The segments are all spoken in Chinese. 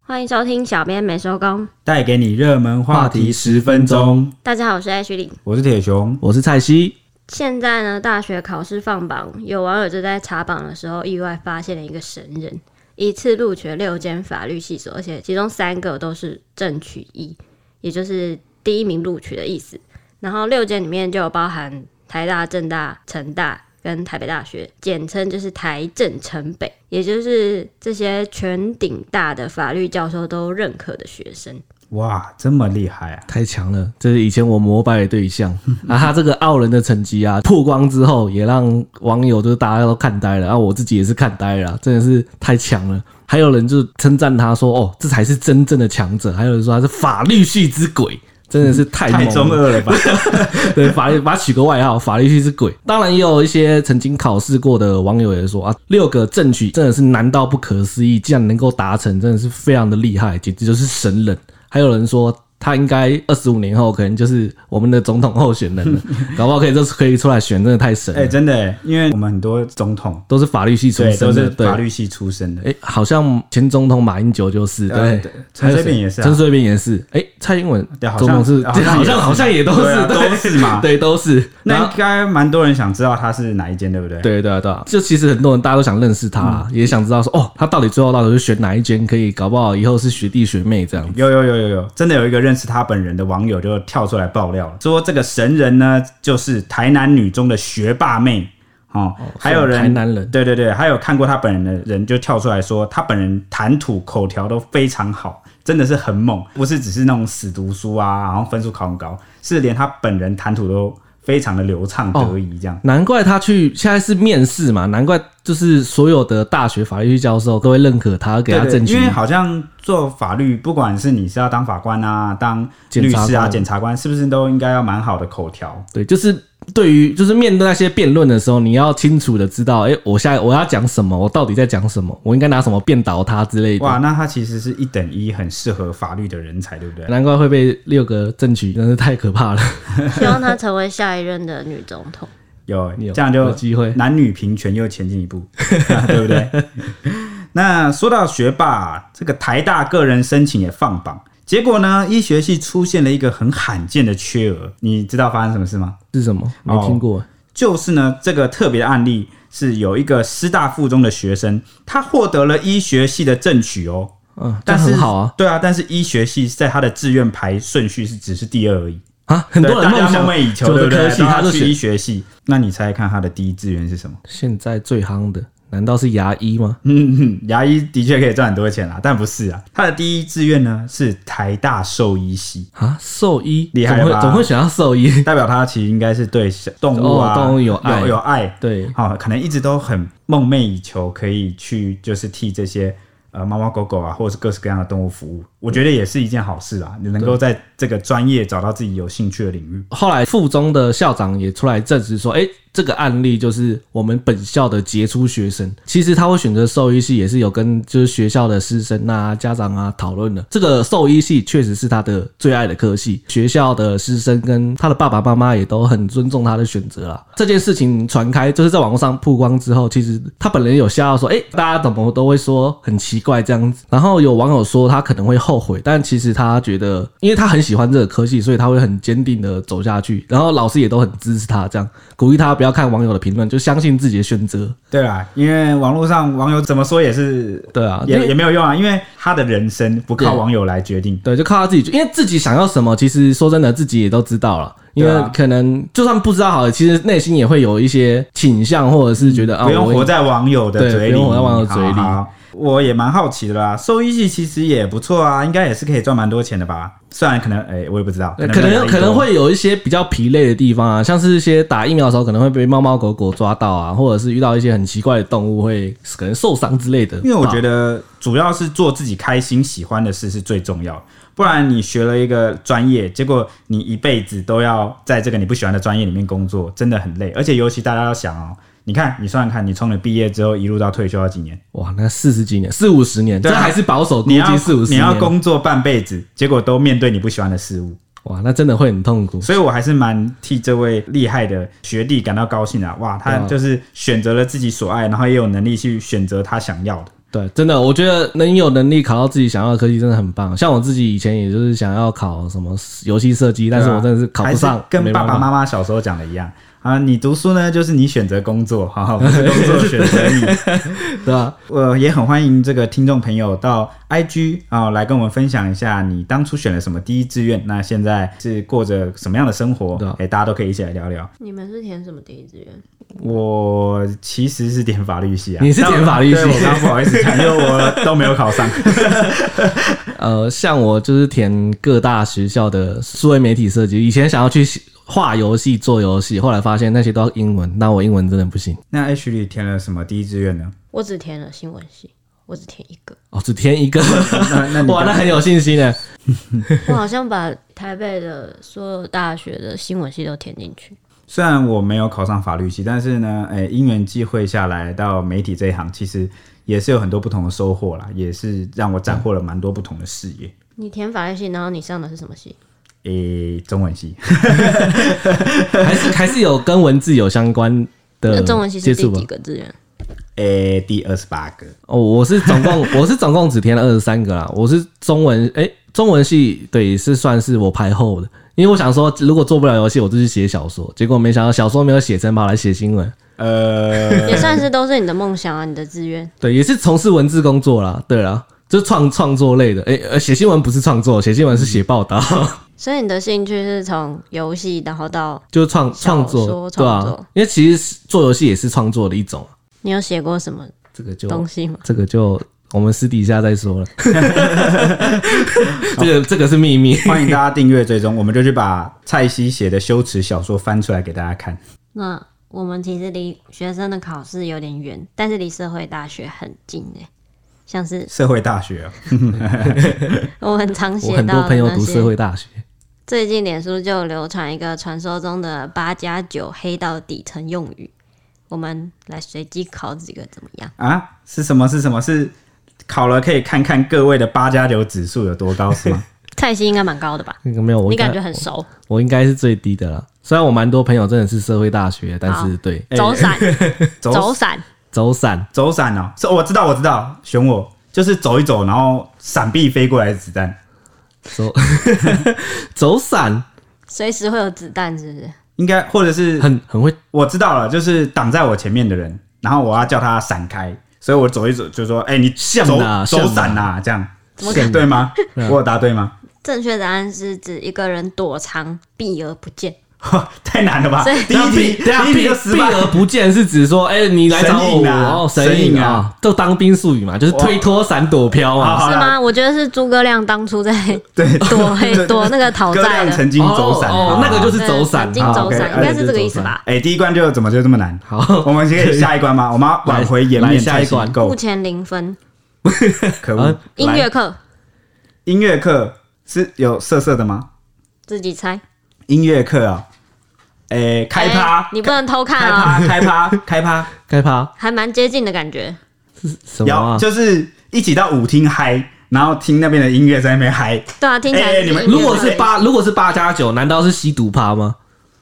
欢迎收听《小编没收工》。带给你热门话题十分钟。大家好，我是 H 李。我是铁熊，我是蔡西，现在呢，大学考试放榜，有网友就在查榜的时候意外发现了一个神人，一次录取了六间法律系所，而且其中三个都是正取一，也就是第一名录取的意思。然后六间里面就有包含台大、政大、成大跟台北大学，简称就是台政成北，也就是这些全顶大的法律教授都认可的学生。哇，这么厉害啊！太强了，这是以前我膜拜的对象 啊。他这个傲人的成绩啊，曝光之后也让网友就是大家都看呆了，啊，我自己也是看呆了啊，真的是太强了。还有人就称赞他说：“哦，这才是真正的强者。”还有人说他是法律系之鬼，真的是太太猛中了。二了吧？ 对，法律把他取个外号，法律系之鬼。当然，也有一些曾经考试过的网友也说啊，六个正取真的是难到不可思议，竟然能够达成，真的是非常的厉害，简直就是神人。还有人说。他应该二十五年后可能就是我们的总统候选 人了，搞不好可以就是可以出来选，真的太神了， 哎、真的、欸，因为我们很多总统都是法律系出对都身是的，对法，律系出身的，哎、好像前总统马英九就是，对，呃对陈水扁也是啊陈水扁也是，哎、蔡英文对好总像统是，好像也 好像是好像也都对是，啊都是嘛 对，都是。那然后应该蛮多人想知道他是哪一间，对不对？，对对啊对啊，就其实很多人大家都想认识他嗯啊，也想知道说哦，他到底最后到底是选哪一间，可以搞不好以后是学弟学妹这样。有有有有有，真的有一个认识他本人的网友就跳出来爆料了，说这个神人呢，就是台南女中的学霸妹。哦，还有人，台南人对对对，还有看过他本人的人就跳出来说，他本人谈吐口条都非常好，真的是很猛，不是只是那种死读书啊，然后分数考很高，是连他本人谈吐都非常的流畅哦得宜这样。难怪他去现在是面试嘛，难怪就是所有的大学法律系教授都会认可他，给对他对，证据因为。好像做法律，不管是你是要当法官啊、当检律察师啊、官检察官，是不是都应该要蛮好的口条？对，就是对于就是面对那些辩论的时候，你要清楚的知道，哎，我下我要讲什么，我到底在讲什么，我应该拿什么辩倒他之类哇，的。那他其实是一等一，很适合法律的人才，对不对？难怪会被六个证据，真是太可怕了。 希望她成为下一任的女总统。有你有这样有就机会男女平权又前进一 步，对不对？那说到学霸，这个台大个人申请也放榜，结果呢，医学系出现了一个很罕见的缺额，你知道发生什么事吗？是什么？哦没听过。就是呢，这个特别的案例是有一个师大附中的学生，他获得了医学系的正取哦，嗯，但但是很好啊对啊，但是医学系在他的志愿排顺序是只是第二而已，啊，很多对人大梦家想梦寐以求，九对个不对？科系都要他就去选医学系，那你猜看他的第一志愿是什么？现在最夯的难道是牙医吗？嗯，哼牙医的确可以赚很多钱啦，但不是啊，他的第一志愿呢是台大兽医系，啊，兽医厉害怎么吧会怎么会想到兽医？ 代表他其实应该是对小动物啊、哦动物有爱有有爱，对，好、可能一直都很梦寐以求，可以去就是替这些呃猫猫狗狗啊，或者是各式各样的动物服务。我觉得也是一件好事啦，你能够在这个专业找到自己有兴趣的领域。后来附中的校长也出来证实说，哎、这个案例就是我们本校的杰出学生。其实他会选择兽医系，也是有跟就是学校的师生啊、家长啊讨论的。这个兽医系确实是他的最爱的科系，学校的师生跟他的爸爸妈妈也都很尊重他的选择啊啦。这件事情传开，就是在网络上曝光之后，其实他本人有吓到说，哎、大家怎么都会说很奇怪这样子。然后有网友说他可能会后悔，但其实他觉得，因为他很喜欢这个科系，所以他会很坚定的走下去。然后老师也都很支持他，这样鼓励他不要看网友的评论，就相信自己的选择。对啦，因为网络上网友怎么说也是，对啊，因也为也没有用啊，因为他的人生不靠对网友来决定。对，就靠他自己去，因为自己想要什么，其实说真的，自己也都知道了。因对为啊可能就算不知道好了，其实内心也会有一些倾向，或者是觉得啊，嗯不用我活在网友的对嘴里，不用活在网友嘴里好好我也蛮好奇的啦，兽医系其实也不错啊，应该也是可以赚蛮多钱的吧？虽然可能，哎、我也不知道，呃可没有能牙医可多能啊会有一些比较疲累的地方啊，像是一些打疫苗的时候可能会被猫猫狗狗抓到啊，或者是遇到一些很奇怪的动物会可能受伤之类的。因为我觉得得主要是做自己开心喜欢的事是最重要的，不然你学了一个专业，结果你一辈子都要在这个你不喜欢的专业里面工作，真的很累。而且尤其大家要想哦，你看你算算看，你从你毕业之后一路到退休要几年？哇，那四十几年、四五十年，对这啊还是保守估你要计四五十你年要，工作半辈子，结果都面对你不喜欢的事物，哇，那真的会很痛苦。所以我还是蛮替这位厉害的学弟感到高兴啊！哇，他对啊就是选择了自己所爱，然后也有能力去选择他想要的。对，真的，我觉得能有能力考到自己想要的科技，真的很棒。像我自己以前也就是想要考什么游戏设计，但是我真的是考啊还不上，跟爸爸妈妈妈小时候讲的一样啊。你读书呢，就是你选择工作，哈 哈，不是工作选择你。 对啊，我也很欢迎这个听众朋友到 IG 啊、来跟我们分享一下你当初选了什么第一志愿，那现在是过着什么样的生活对啊？哎、大家都可以一起来聊聊。你们是填什么第一志愿？我其实是点法律系啊，你是填法律系但我对我刚刚不好意思讲，因为我都没有考上。呃，像我就是填各大学校的数位媒体设计，以前想要去画游戏、做游戏，后来发现那些都要英文，那我英文真的不行， 那 H 里填了什么第一志愿呢？我只填了新闻系，我只填一个。哦，只填一个，那 那你哇，那很有信心呢。 我好像把台北的所有大学的新闻系都填进去。虽然我没有考上法律系，但是呢，诶、因缘际会下来到媒体这一行，其实也是有很多不同的收获啦，也是让我斩获了蛮多不同的视野。你填法律系，然后你上的是什么系？嗯诶、中文系，还是还是有跟文字有相关的那中文系接是第触吧几。个志愿？诶、第二十八个，哦，我是总共 我是总共只填了二十三个啦，我是中文诶、中文系对是算是我排后的，因为我想说如果做不了游戏，我就去写小说，结果没想到小说没有写成，跑来写新闻。 呃，也算是都是你的梦想啊，你的志愿。对，也是从事文字工作啦。对啦，就创创作类的。诶、呃，写新闻不是创作，写新闻是嗯写报道， 所以你的兴趣是从游戏，然后到就是创小创说作，对创啊作，因为其实做游戏也是创作的一种，啊你有写过什么这个就东西吗？这个就我们私底下再 说了。这个这个是秘密。欢迎大家订阅追踪，我们就去把蔡西写的羞耻小说翻出来给大家看。那我们其实离学生的考试有点远，但是离社会大学很近诶、像是社会大学哦、我很常我写很多到的朋友那读社些，会大学，最近脸书就流传一个传说中的八加九黑到底层用语，我们来随机考几个怎么样？啊，是什么？是什么？是考了可以看看各位的八加九指数有多高，是吗？蔡西应该蛮高的吧？那个没有，我你应该感觉很熟，我应该是最低的了。虽然我蛮多朋友真的是社会大学，但是对哎哦走散，走走散，走散走闪哦，是我知道，我知道，选我就是走一走，然后闪避飞过来的子弹，走 走散，随时会有子弹，是不是？应该或者是很很会我知道了，就是挡在我前面的人，然后我要叫他闪开，所以我走一走就说，哎、你像走啊走像闪呐、这样怎么是对吗？我有答对吗？ 正确答案是指一个人躲藏，避而不见。太难了吧所以！第一题，等下第一题就失啊避败。而不见是指说，哎，你来找神我，隐啊哦，神神隐隐啊啊，就当兵术语嘛，就是推脱、闪躲、飘好啊嘛。好是了，吗？我觉得是诸葛亮当初在对，躲黑躲那个讨 哥债亮的，曾经走闪、哦哦好那个就是对走散呃曾经好走，OK，散，应该是这个意思吧？哎、第一关就怎么就这么难？好，我们可以下一关 吗？我们要挽回颜来面，下才一关行目够前零分。可恶啊！音乐课音乐课是有色色的吗？自己猜，音乐课啊，诶、开哎趴，你不能偷看开啊，趴，开趴，开趴，开趴还蛮接近的感觉。什么要啊？就是一起到舞厅嗨，然后听那边的音乐在那边嗨。对啊，听起来哎是你们音乐如果课是八，如果是八加九，难道是吸毒趴吗？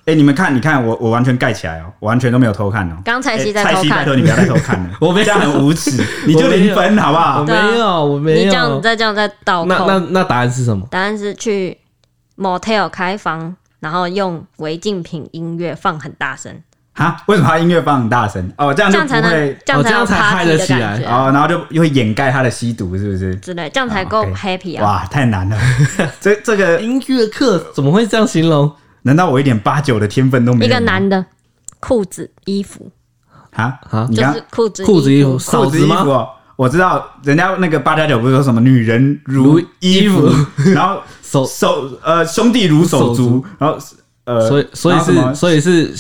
哎、你们看，你看，我我完全盖起来哦，我完全都没有偷看哦。刚才蔡西在蔡偷西，拜看，托你不要再偷看了， 我没有这样很无耻，你就零分好不我好？没有，我没啊你有。这样再这样再倒那那扣，那答案是什么？答案是去 motel 开房，然后用违禁品音乐放很大声，哈，为什么他音乐放很大声？哦，这样这就样才不能会这样才哦这能样才嗨 party 得的起来感觉哦，然后就又会掩盖他的吸毒，是不是？之类，这样才够哦，OK happy 啊！哇，太难了， 这这个音乐课怎么会这样形容？难道我一点八九的天分都没一有吗？个男的，裤子、衣服，啊啊你就刚是裤子、裤子、衣服、服。裤嫂子子衣服、吗？哦，我知道人家那个八加九不是说什么女人如如衣服，然后手，手呃兄弟如手手足足，然后呃所以所以然后什么是所以是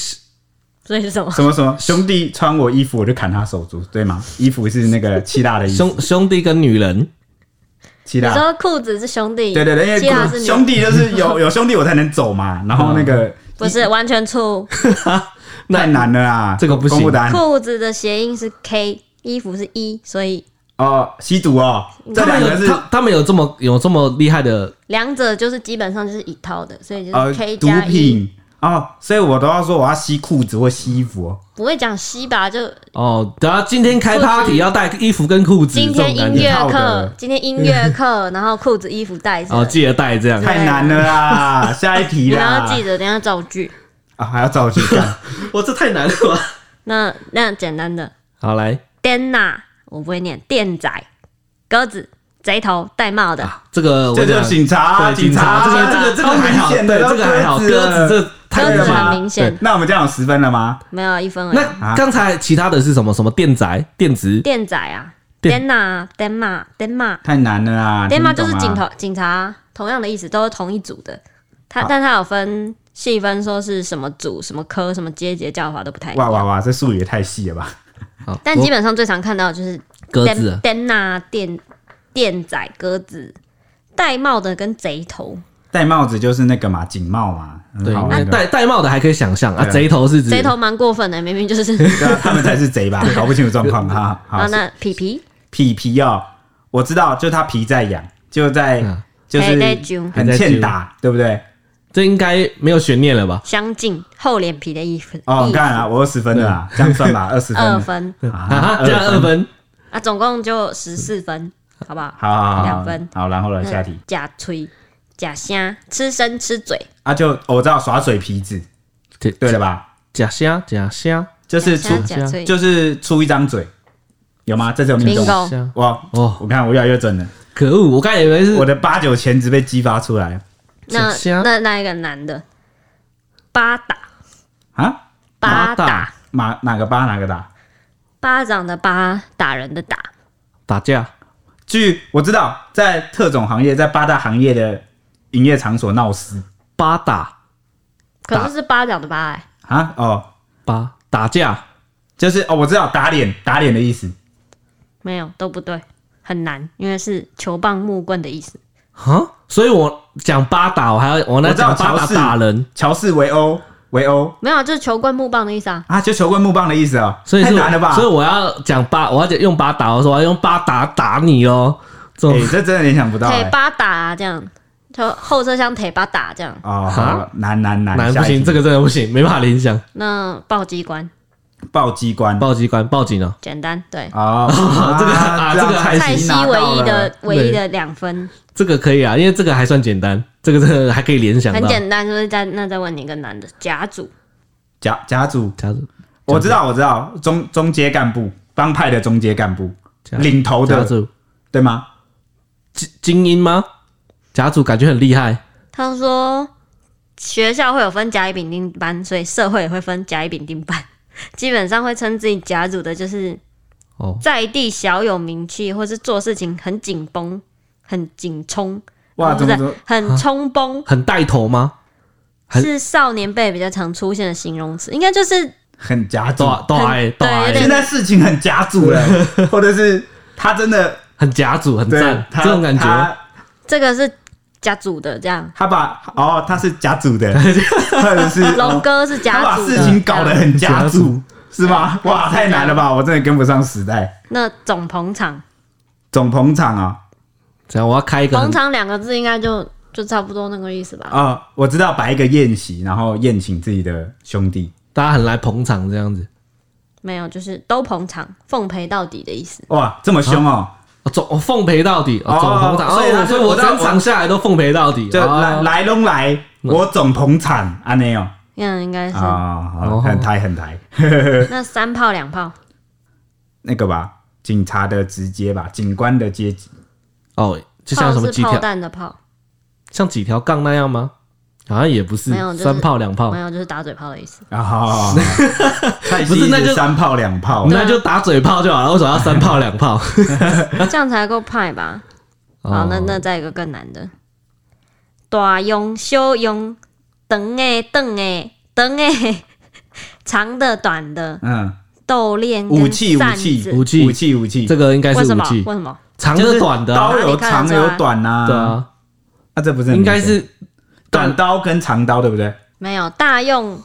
所以是什 么？什么什么兄弟穿我衣服我就砍他手足，对吗？衣服是那个七大的衣服，兄兄弟跟女人，七你大。说裤子是兄弟，啊对对对，其因他为是女兄弟就是有有兄弟我才能走嘛，然后那个不是完全 错。太难了啊，这个不行公布答案裤子的谐音是 K，衣服是一，所以哦，吸毒哦，这他两们个有是他他们有这么有这么厉害的两者就是基本上就是一套的，所以就呃是 K 毒加一。品哦，所以我都要说我要吸裤子或吸衣服、哦。不会讲西吧？就哦，等下今天开 party 要带衣服跟裤子，今这种天感音觉乐套课的，今天音乐课，然后裤子衣服 带哦，着，记得带这样。 太难了啦，下一题然啦后，记着等一下造句。啊还要造句干，我这太难了吧？那那简单的， 好来电呐，我不会念，电仔，鸽子，贼头，戴帽啊的，这个 我这就讲是警察，啊对警察，啊这个这个这个还好，对这个还好，鸽子这这。个太鸽明子显了很明显对，那我们这样有十分了吗？没有一分而已。那刚才其他的是什么？什么电宅、电子？电仔啊，电电呐，电嘛，电嘛，太难了啦！电嘛啊听就不是懂啊警头警察，同样的意思，都是同一组的。它但它有分细分，说是什么组、什么科、什么阶级的叫法都不太一哇样。哇哇，这术语也太细了吧！好但基本上最常看到的就是我鸽子啊，灯啊，电电仔鸽子，戴帽的跟贼头，戴帽子就是那个嘛，警帽嘛，很对好那，个。戴戴帽的还可以想象啊，对啊贼头是指贼头蛮过分的， 明明就是。对啊，他们才是贼 吧？搞不清楚状况哈。好啊，，那皮皮皮皮哦，我知道，就他皮在痒，就在嗯就是还在揪很欠打，对不对？这应该没有悬念了吧？相近厚脸皮的衣服，衣哦，你服看啊，我二十分了啦，这样算吧，二十分二了。分啊，二加二分，啊，总共就十四分，好不好？好好好，两分好，然后呢，嗯下题假吹假虾，吃身吃嘴，啊，就我知道耍嘴皮子，对对了吧？假虾假虾就是假虾出假吹，就是出一张嘴，有吗？这次有命中吗。 Bingo 虾，哇哦我看我越来越准了，可恶！我刚才以为是我的八九前值被激发出来那假虾那那一个男的，八打啊！八八打打哪哪个八哪个打？巴掌的巴，打人的打，打架，据我知道，在特种行业，在八大行业的营业场所闹事八打可是是巴掌的巴哎，啊！哦，八打架，就是哦，我知道打脸打脸的意思，没有都不对，很难，因为是球棒木棍的意思。哈，所以我讲八打，我还要我那我知道讲八乔打氏打人，乔氏围殴围殴没有，啊就是球棍木棒的意思啊。啊，就球棍木棒的意思哦，所以太是难了吧？所以我要讲八，我要讲用八打，我说我要用八打打你哦，这哎、种这真的联想不到、腿哎。八打、啊、这样，就后车厢腿八打这样。哦，哈好了难难难， 难哎下不一行，题这个真的不行，没办法联想。那暴击关报机关报机关报警了，简单，对，哦， 这个啊样这个还蔡蔡西西拿唯到一了的唯一的两分，这个可以啊，因为这个还算简单，这个真的还可以联想很到。简单，就是在那再问你一个男的甲组甲甲组，假如我知道我知道，中中阶干部帮派的中阶干部，甲领头家的族对吗？精精英吗？家族感觉很厉害，他说学校会有分甲乙丙丁班，所以社会也会分甲乙丙丁班。 基本上会称自己甲组的，就是哦在地小有名气，或是做事情很紧绷、很紧冲，哇，哦怎不么是怎么啊很冲崩，很带头吗？很是少年辈比较常出现的形容词，应该就是很甲组？大大爱大对有爱点现在事情很甲组了， 或者是他真的很家族，很对赞，他这种感觉。他这个是甲组的这样。他把哦，他是甲组 的，或者是龙哦哥是他甲把组的，事情搞得很甲甲组组，是吗？哇，太难了吧！我真的跟不上时代。那总捧场，总捧场啊，这样我要开一个很捧场两个字应该就就差不多那个意思吧。哦，我知道摆一个宴席，然后宴请自己的兄弟。大家很来捧场这样子。没有，就是都捧场，奉陪到底的意思。哇，这么凶哦！哦总哦奉陪到底，哦哦总捧场，所以他哦，就所以我我知道整场下来都奉陪到底，就哦来来拢来，嗯我总捧场安尼哦，嗯，应该是、啊，好哦很抬很抬，那三炮两炮，那个吧，警察的直接吧，警官的阶级，哦，就像炮什么是几炮条弹的炮，像几条杠那样吗？好像也不是没有，就是三炮两炮哦没，有就是打嘴炮的意思。啊，好好好，蔡不是西那就是三炮两炮，哦那就打嘴炮就好了。为什么要三炮两炮？这样才够派吧？哦好，那那再一个更难的，大用、小用、长诶、短诶、长诶、长的、短的、嗯，豆链跟武器武扇器子武器武器武器这，个应该是为什武么？器，为什么？长就是的短的啊，刀有你看长得有出来短呐，对，啊，那这不是很应该明显是短刀跟长刀对不对？没有大用，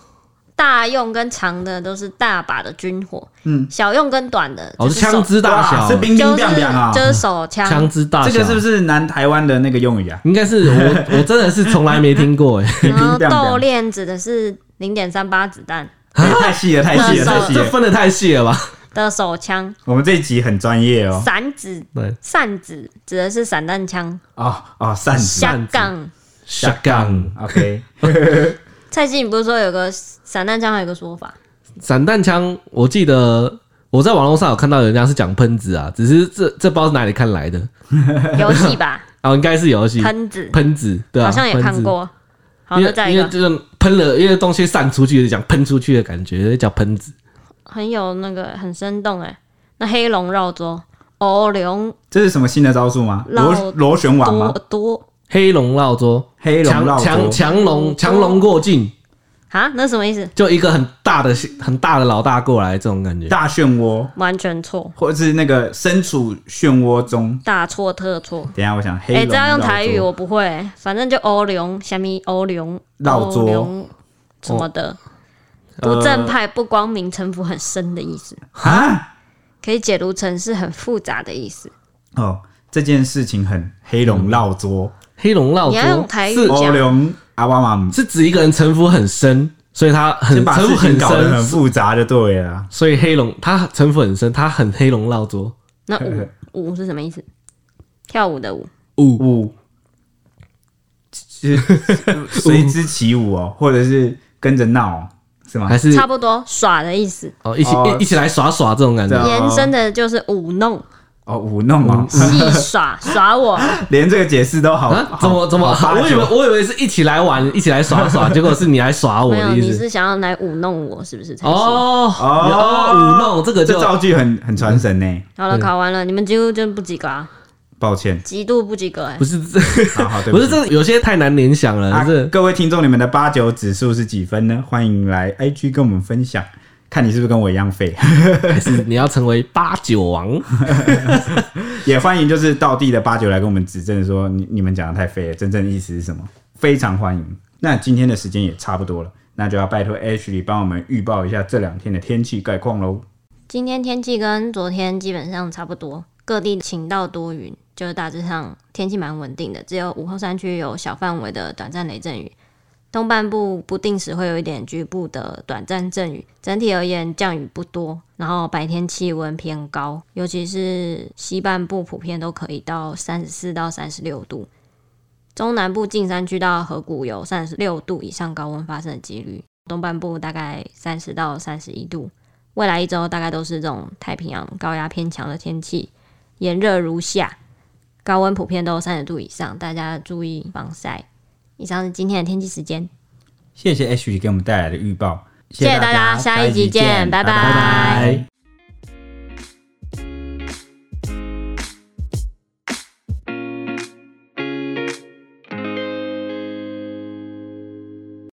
大用跟长的都是大把的军火，嗯，小用跟短的哦，就是是手枪支大哇是小，冰就冰是凉凉啊就，是手枪枪，支大小，这个是不是南台湾的那个用语啊？ 应该是我我真的是从来没听过哎，然后冰冰凉凉豆链指的是零点三八子弹啊哎太细了，太细了，那太时候细这了。分的太细了吧？的手枪，我们这一集很专业哦。散子对，散子指的是散弹枪，哦哦，扇子下杠。下杠。 ，OK，蔡记，你不是说有个散弹枪还有个说 法？散弹枪，我记得我在网络上有看到人家是讲喷子啊，只是这这不知道是哪里看来的游戏 吧，啊，应该是游戏喷子，喷子，对啊，好像也喷看子。过。好，因那为再一因为个，就是喷了，因为东西散出去，讲喷出去的感觉，叫喷子。很有那个很生动哎。那黑龙绕桌，哦龙这是什么新的招数吗？老螺螺旋丸吗多？多黑龙绕桌，黑龙绕强强桌，强龙强龙过境，啊，那什么意思？就一个很大的很大的老大过来，这种感觉。大漩涡，完全错，或者是那个身处漩涡中。大错特错。等一下，我想黑哎、龙这要用台语绕桌我不会、反正就欧龙、虾米欧龙、绕桌欧龙什么哦的，呃不正派、不光明、城府很深的意思，啊？可以解读成是很复杂的意思。哦，这件事情很黑龙绕桌，哦黑龙绕你要用桌台语是讲欧龙阿巴马姆是指一个人城府很深，所以他很先把城事府情很搞得深很，复杂就对了啊。所以黑龙他城府很深，他很黑龙绕桌。那舞 舞是什么意思？跳舞的舞，五舞，就是随之起舞哦，或者是跟着闹哦，是吗还？是差不多耍的意思。哦一起哦一一起来耍耍这种感对觉啊。延伸的就是舞弄、哦，舞弄哦，戏耍、 耍我。哦连这个解释都好，啊好，怎么怎么？好八我以为九我以为是一起来玩，一起来耍 耍，结果是你来耍我没有，的你意思。是想要来舞弄我，是不是？蔡西。哦哦哦，舞弄这个这就造句很很传神呢？好了，考完了，你们几乎就不及格啊，抱歉，极度不及格哎、不是这好好，对不起是这有些太难联想了，啊这，各位听众，你们的八九指数是几分呢？欢迎来 IG 跟我们分享，看你是不是跟我一样废。 还是你要成为八九王。也欢迎就是到地的八九来跟我们指正说，你你们讲的太废了，真正的意思是什么？非常欢迎。那今天的时间也差不多了，那就要拜托 H 里帮我们预报一下这两天的天气概况喽。今天天气跟昨天基本上差不多，各地晴到多云，就是大致上天气蛮稳定的，只有午后山区有小范围的短暂雷阵雨，东半部不定时会有一点局部的短暂阵雨。整体而言，降雨不多，然后白天气温偏高，尤其是西半部普遍都可以到三十四到三十六度。中南部近山区到河谷有三十六度以上高温发生的几率，东半部大概三十到三十一度，未来一周大概都是这种太平洋高压偏强的天气，炎热如夏，高温普遍都三十度以上，大家注意防晒。以上是今天的天气时间，谢谢 H 里给我们带来的预报，谢谢大家下一集见拜拜拜